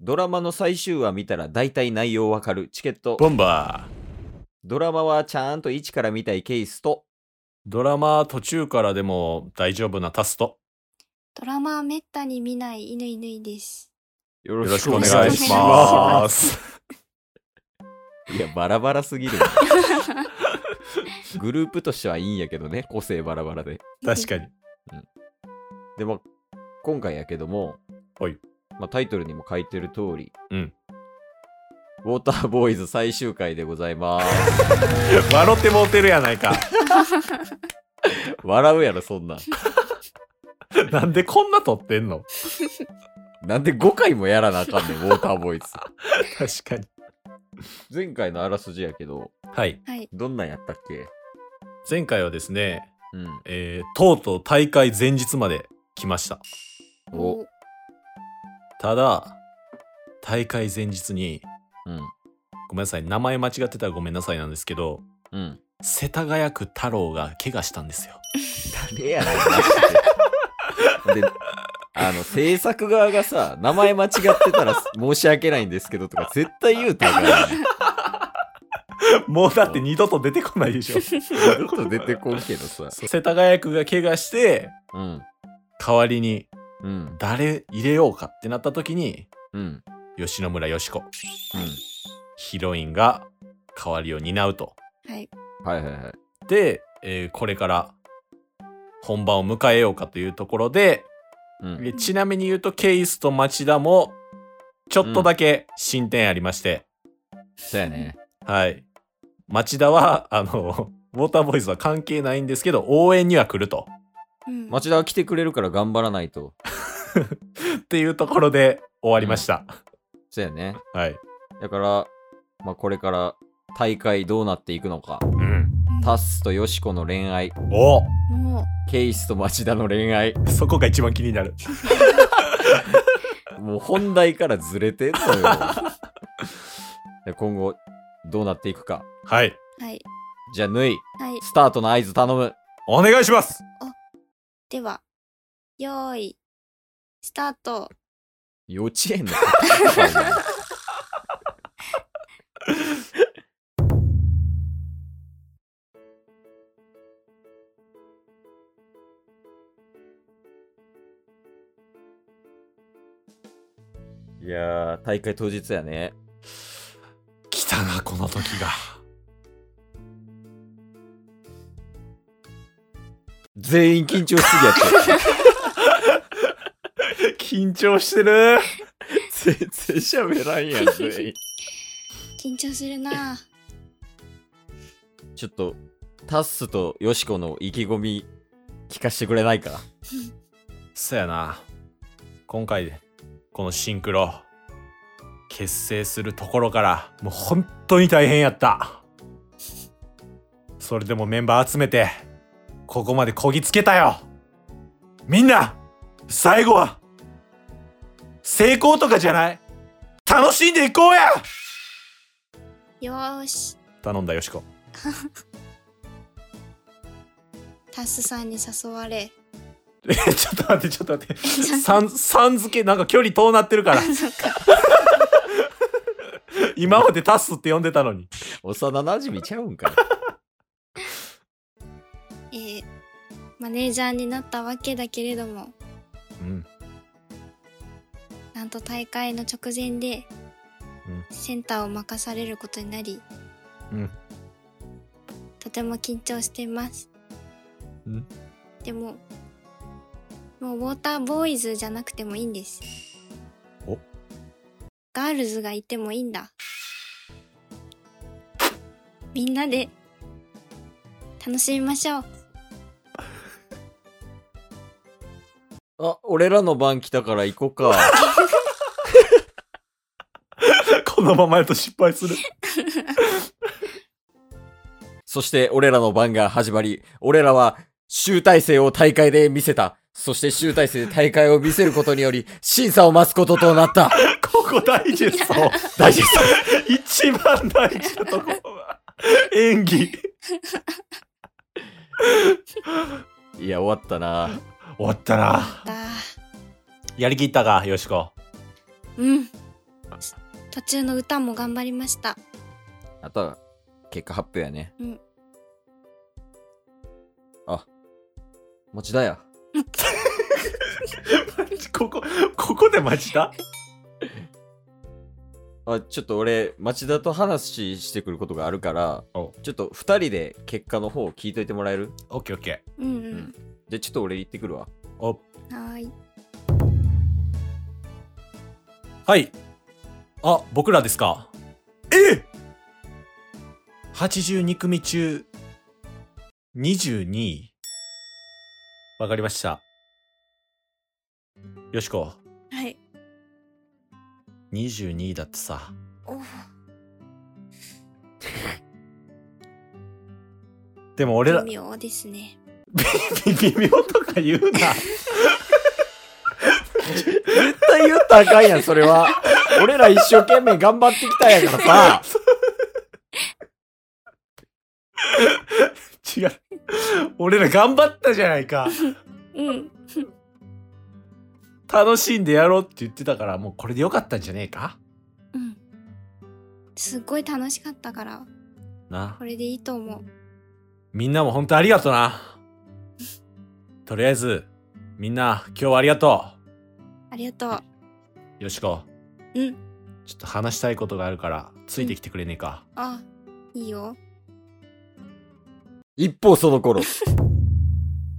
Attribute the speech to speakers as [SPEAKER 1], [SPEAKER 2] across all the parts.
[SPEAKER 1] ドラマの最終話見たら大体内容わかる。チケット。
[SPEAKER 2] ボンバー。
[SPEAKER 1] ドラマはちゃんと1から見たいケースと、
[SPEAKER 2] ドラマ途中からでも大丈夫なタスト。
[SPEAKER 3] ドラマはめったに見ない犬犬です。
[SPEAKER 1] よ
[SPEAKER 2] よろしくお
[SPEAKER 3] お
[SPEAKER 2] 願
[SPEAKER 3] 願
[SPEAKER 2] い
[SPEAKER 3] い
[SPEAKER 2] し
[SPEAKER 3] し
[SPEAKER 2] ま。
[SPEAKER 3] ます
[SPEAKER 1] いや、バラバラすぎる。 グループとしてはいいんやけどね、個性バラバラで。
[SPEAKER 2] 確かに。
[SPEAKER 1] でも、今回やけども、
[SPEAKER 2] はい
[SPEAKER 1] まあ、タイトルにも書いてる通り、
[SPEAKER 2] うん
[SPEAKER 1] ウォーターボーイズ最終回でございます。
[SPEAKER 2] 笑ってもうてるやないか。
[SPEAKER 1] 笑うやろ、そんなん。
[SPEAKER 2] なんでこんな撮ってんの
[SPEAKER 1] なんで5回もやらなあかん ねん、ウォーターボーイズ。
[SPEAKER 2] 確かに。
[SPEAKER 1] 前回のあらすじやけど、
[SPEAKER 2] はい。
[SPEAKER 3] はい。
[SPEAKER 1] どんなんやったっけ
[SPEAKER 2] 前回はですね、
[SPEAKER 1] うん。
[SPEAKER 2] えーとうとう大会前日まで来ました。
[SPEAKER 1] お、
[SPEAKER 2] ただ、大会前日に、
[SPEAKER 1] うん。
[SPEAKER 2] ごめんなさい、名前間違ってたらごめんなさいなんですけど、
[SPEAKER 1] うん。
[SPEAKER 2] 世田谷区太郎が怪我したんですよ。
[SPEAKER 1] 誰やねんマジで。で、あの、制作側がさ、名前間違ってたら申し訳ないんですけどとか、絶対言うたから、
[SPEAKER 2] もうだって二度と出てこないでしょ。
[SPEAKER 1] ちょっと出てこんけどさ。
[SPEAKER 2] そう世田谷区が怪我して、
[SPEAKER 1] うん。
[SPEAKER 2] 代わりに
[SPEAKER 1] うん。
[SPEAKER 2] 誰入れようかってなった時に、
[SPEAKER 1] うん。
[SPEAKER 2] 吉野村よし子、
[SPEAKER 1] う
[SPEAKER 2] ヒロインが代わりを担うと。
[SPEAKER 3] はい。
[SPEAKER 1] ん。はいはいはい。
[SPEAKER 2] で、えーこれから本番を迎えようかというところで、
[SPEAKER 1] うん。
[SPEAKER 2] でちなみに言うとケイスと町田もちょっとだけ進展ありまして、
[SPEAKER 1] そうやね。
[SPEAKER 2] はい。町田は、あの、ウォーターボーイズは関係ないんですけど、応援には来ると。
[SPEAKER 3] うん。
[SPEAKER 1] 町田は来てくれるから頑張らないと。
[SPEAKER 2] っていうところで終わりました。
[SPEAKER 1] そうやね。
[SPEAKER 2] はい。
[SPEAKER 1] だから、まあ、これから大会どうなっていくのか。
[SPEAKER 2] うん。
[SPEAKER 1] タスとヨシコの恋愛、
[SPEAKER 2] お
[SPEAKER 3] も
[SPEAKER 1] ケイスと町田の恋愛。
[SPEAKER 2] そこが一番気になる。
[SPEAKER 1] もう本題からずれてんの よ。で今後、どうなっていくか。
[SPEAKER 2] はい。
[SPEAKER 3] う。はい。
[SPEAKER 1] じゃあ、ぬい、
[SPEAKER 3] はい。
[SPEAKER 1] スタートの合図頼む。
[SPEAKER 2] お願いします
[SPEAKER 3] では、よーい、スタート。
[SPEAKER 1] 幼稚園の。いやー、大会当日やね。
[SPEAKER 2] 来たな、この時が。
[SPEAKER 1] 全員緊張しすぎやって。
[SPEAKER 2] 緊張してる。
[SPEAKER 1] 全然喋らんやん、全員。
[SPEAKER 3] 緊張するなぁ。
[SPEAKER 1] ちょっと、タッスとヨシコの意気込み聞かせてくれない か
[SPEAKER 2] そやな。今回、このシンクロ、結成するところから、もう本当に大変やった。それでもメンバー集めて、ここまでこぎつけたよ。みんな、最後は、成功とかじゃない楽しんでいこうや
[SPEAKER 3] よーし、
[SPEAKER 2] 頼んだよしこ。
[SPEAKER 3] タスさんに誘わ れ。
[SPEAKER 2] え、 ちょっと待って、ちょっと待って。
[SPEAKER 3] ちょっと
[SPEAKER 2] さん、さん付け、なんか距離遠なってるから。 今までタスって呼んでたのに。
[SPEAKER 1] 幼馴染ちゃうんかい。
[SPEAKER 3] えーマネージャーになったわけだけれども、
[SPEAKER 2] うん。
[SPEAKER 3] なんと大会の直前で
[SPEAKER 2] うん、
[SPEAKER 3] センターを任されることになり、
[SPEAKER 2] うん。
[SPEAKER 3] とても緊張しています。
[SPEAKER 2] うん
[SPEAKER 3] でも、もうウォーターボーイズじゃなくてもいいんです。
[SPEAKER 2] お
[SPEAKER 3] ガールズがいてもいいんだ。みんなで、楽しみましょう。
[SPEAKER 1] あ、俺らの番来たから行こうか。
[SPEAKER 2] このままやと失敗する。
[SPEAKER 1] そして俺らの番が始まり、俺らは集大成を大会で見せた。そして集大成で大会を見せることにより、審査を待つこととなった。
[SPEAKER 2] ここ大事ェスト。
[SPEAKER 1] 大事です。
[SPEAKER 2] 一番大事なとこ。演技。
[SPEAKER 1] いや、終わったな。
[SPEAKER 2] 終わったな。
[SPEAKER 3] だ
[SPEAKER 2] やりきったか、よしこ。
[SPEAKER 3] うん。途中の歌も頑張りました。
[SPEAKER 1] あとは、結果発表やね。
[SPEAKER 3] うん
[SPEAKER 1] あ、町田や。
[SPEAKER 2] ここここで待ちた
[SPEAKER 1] あ、ちょっと俺、町田と話してくることがあるから、
[SPEAKER 2] お
[SPEAKER 1] ちょっと二人で結果の方を聞いといてもらえる
[SPEAKER 2] オッケーオッケ
[SPEAKER 3] うん
[SPEAKER 1] う
[SPEAKER 3] うんん。
[SPEAKER 1] で、ちょっと俺行ってくる わ。
[SPEAKER 2] ーお
[SPEAKER 3] はーい。
[SPEAKER 2] はいあ僕らですかえ82組中22位わかりましたよしこ
[SPEAKER 3] はい。
[SPEAKER 2] 22位だってさ
[SPEAKER 3] おー
[SPEAKER 2] でも俺ら
[SPEAKER 3] 微妙ですね。
[SPEAKER 2] 微妙とか言うな
[SPEAKER 1] 絶対言ったらあかんやん、それは。俺ら一生懸命頑張ってきたんやからさ。
[SPEAKER 2] 違う俺ら頑張ったじゃないか
[SPEAKER 3] うん。
[SPEAKER 2] 楽しんでやろうって言ってたからもうこれでよかったんじゃねえか
[SPEAKER 3] うん。すっごい楽しかったから、
[SPEAKER 2] な
[SPEAKER 3] これでいいと思う。
[SPEAKER 2] みんなも本当ありがとなとりあえずみんな今日はありがと
[SPEAKER 3] ありがとう。
[SPEAKER 2] うよしこ
[SPEAKER 3] うん
[SPEAKER 2] ちょっと話したいことがあるからついてきてくれねえか、
[SPEAKER 3] あ、いいよ。
[SPEAKER 1] 一方その頃。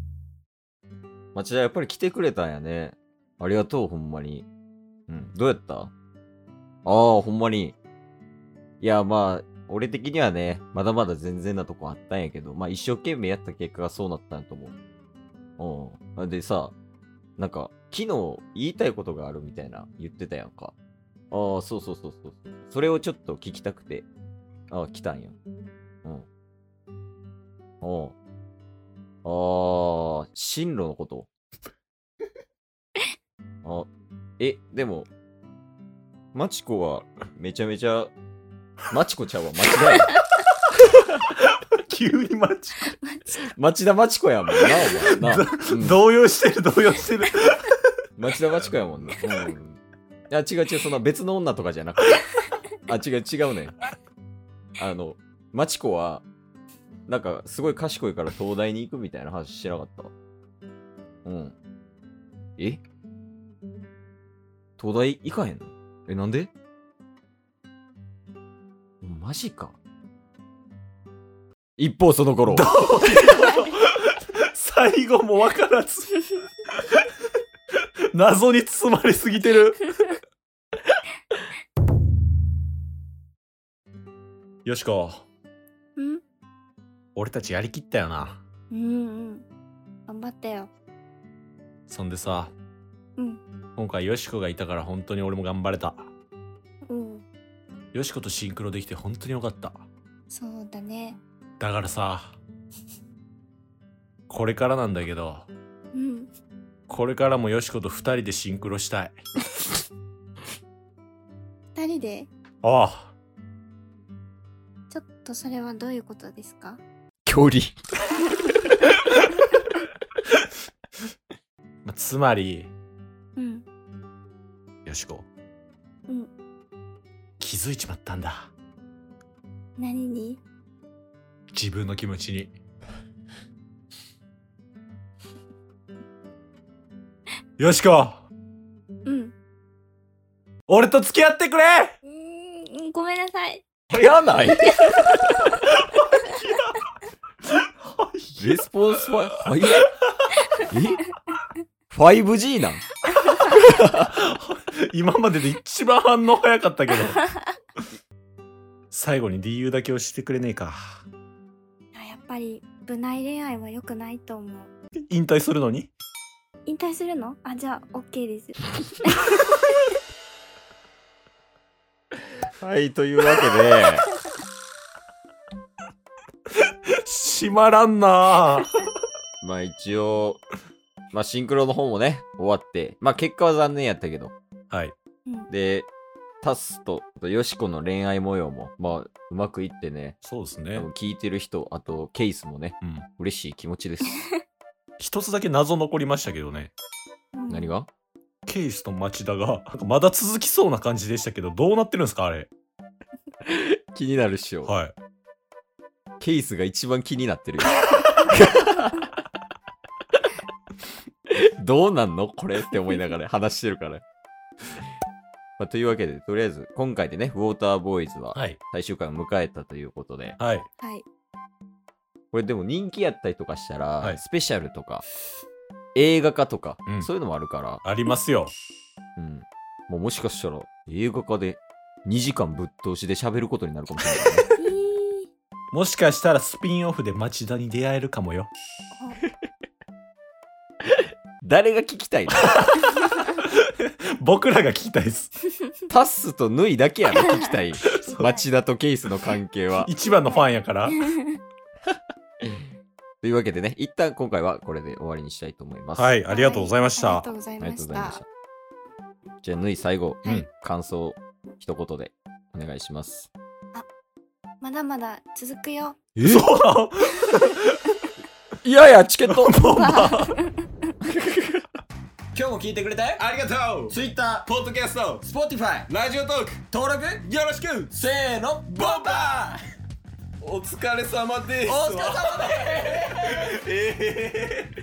[SPEAKER 1] 町田やっぱり来てくれたんやね。ありがとう、ほんまに。うん、どうやったああ、ほんまに。いや、まあ、俺的にはね、まだまだ全然なとこあったんやけど、まあ一生懸命やった結果がそうなったんやと思う。うん。でさ、なんか、昨日言いたいことがあるみたいな言ってたやんか。ああ、そうそうそうそう。それをちょっと聞きたくて、ああ、来たんや。うん。おうああ、進路のことあ、え、でも、マチコはめちゃめちゃ、マチコちゃんは町田や。
[SPEAKER 2] 急にマジ
[SPEAKER 1] 町田マチコやもんな、お前な。うん
[SPEAKER 2] 動揺してる動揺してる
[SPEAKER 1] 町田町子やもんな。うん。あ、違う違う、そんな別の女とかじゃなくて。あ、違う違うね。あの、町子は、なんかすごい賢いから東大に行くみたいな話しなかった。うん。え東大行かへんのえ、なんでマジか。一方その頃。
[SPEAKER 2] 最後も分からず謎に包まれすぎてるよしこ
[SPEAKER 3] うん
[SPEAKER 2] 俺たちやりきったよな
[SPEAKER 3] うんうん。頑張ったよ。
[SPEAKER 2] そんでさ
[SPEAKER 3] うん。
[SPEAKER 2] 今回よしこがいたから本当に俺も頑張れた
[SPEAKER 3] うん。
[SPEAKER 2] よしことシンクロできて本当によかった
[SPEAKER 3] そうだね。
[SPEAKER 2] だからさこれからなんだけど
[SPEAKER 3] うん。
[SPEAKER 2] これからもよしこと2人でシンクロしたい
[SPEAKER 3] 二人で、
[SPEAKER 2] ああ
[SPEAKER 3] ちょっとそれはどういうことですか
[SPEAKER 1] 距離。
[SPEAKER 2] まつまり
[SPEAKER 3] うん。
[SPEAKER 2] よしこ
[SPEAKER 3] うん
[SPEAKER 2] 気づいちまったんだ
[SPEAKER 3] 何に
[SPEAKER 2] 自分の気持ちに よしこ
[SPEAKER 3] うん。
[SPEAKER 2] 俺と付き合ってくれ
[SPEAKER 3] うーん、ごめんなさい。
[SPEAKER 1] 早ないレスポンスは早いえ ?5G なん
[SPEAKER 2] 今までで一番反応早かったけど最後に理由だけ教えてくれねえか
[SPEAKER 3] あやっぱり、部内恋愛は良くないと思う。
[SPEAKER 2] 引退するのに
[SPEAKER 3] 引退するのあ、じゃあ、OK です。
[SPEAKER 1] はい、というわけで、
[SPEAKER 2] 閉まらんなあ
[SPEAKER 1] まあ一応、まあシンクロの方もね、終わって、まあ結果は残念やったけど、
[SPEAKER 2] はい
[SPEAKER 3] うん。
[SPEAKER 1] で、タスとあとヨシコの恋愛模様も、まあうまくいってね、
[SPEAKER 2] そうです
[SPEAKER 1] あ
[SPEAKER 2] ね
[SPEAKER 1] の聞いてる人、あとケイスもね、
[SPEAKER 2] うん
[SPEAKER 1] 嬉しい気持ちです。
[SPEAKER 2] 一つだけ謎残りましたけどね
[SPEAKER 3] うん
[SPEAKER 1] 何が
[SPEAKER 2] ケイスと町田がなんかまだ続きそうな感じでしたけどどうなってるんですかあれ
[SPEAKER 1] 気になるっしょ。
[SPEAKER 2] はい
[SPEAKER 1] ケースが一番気になってるよ。 どうなんのこれって思いながら話してるから。まあ、というわけで、とりあえず今回でね、ウォーターボーイズは
[SPEAKER 2] はい
[SPEAKER 1] 最終回を迎えたということで、
[SPEAKER 2] はい
[SPEAKER 3] はい。
[SPEAKER 1] これでも人気やったりとかしたら、
[SPEAKER 2] はい
[SPEAKER 1] スペシャルとか、映画化とか、
[SPEAKER 2] うん
[SPEAKER 1] そういうのもあるから、
[SPEAKER 2] ありますよ
[SPEAKER 1] うん。もうもしかしたら映画化で2時間ぶっ通しで喋ることになるかもしれない、 ね。
[SPEAKER 2] もしかしたらスピンオフで町田に出会えるかもよ
[SPEAKER 1] 誰が聞きたいの
[SPEAKER 2] 僕らが聞きたいです
[SPEAKER 1] タッスとヌイだけやろ、聞き たい。
[SPEAKER 2] そう
[SPEAKER 1] 町田とケースの関係は。
[SPEAKER 2] 一番のファンやから
[SPEAKER 1] というわけでね、一旦今回はこれで終わりにしたいと思います。
[SPEAKER 2] は
[SPEAKER 1] あ
[SPEAKER 2] いありがとうございまし
[SPEAKER 3] あ
[SPEAKER 2] た
[SPEAKER 3] りがとうござい
[SPEAKER 1] りがと
[SPEAKER 3] ま
[SPEAKER 1] うご
[SPEAKER 3] し
[SPEAKER 1] ざいましたた。。じゃあ、ぬい最後、
[SPEAKER 2] はいうん
[SPEAKER 1] 感想を一言でお願いします。
[SPEAKER 3] まだまだ続くよ。
[SPEAKER 1] え
[SPEAKER 2] そうなの
[SPEAKER 1] いやいや、チケッ ト
[SPEAKER 4] 今日も聞いてくれてありがとう Twitter、ポッドキャスト、Spotify、ラジオトーク登録よろしくせーのボンバーお疲れ様ですお疲れ様ですえー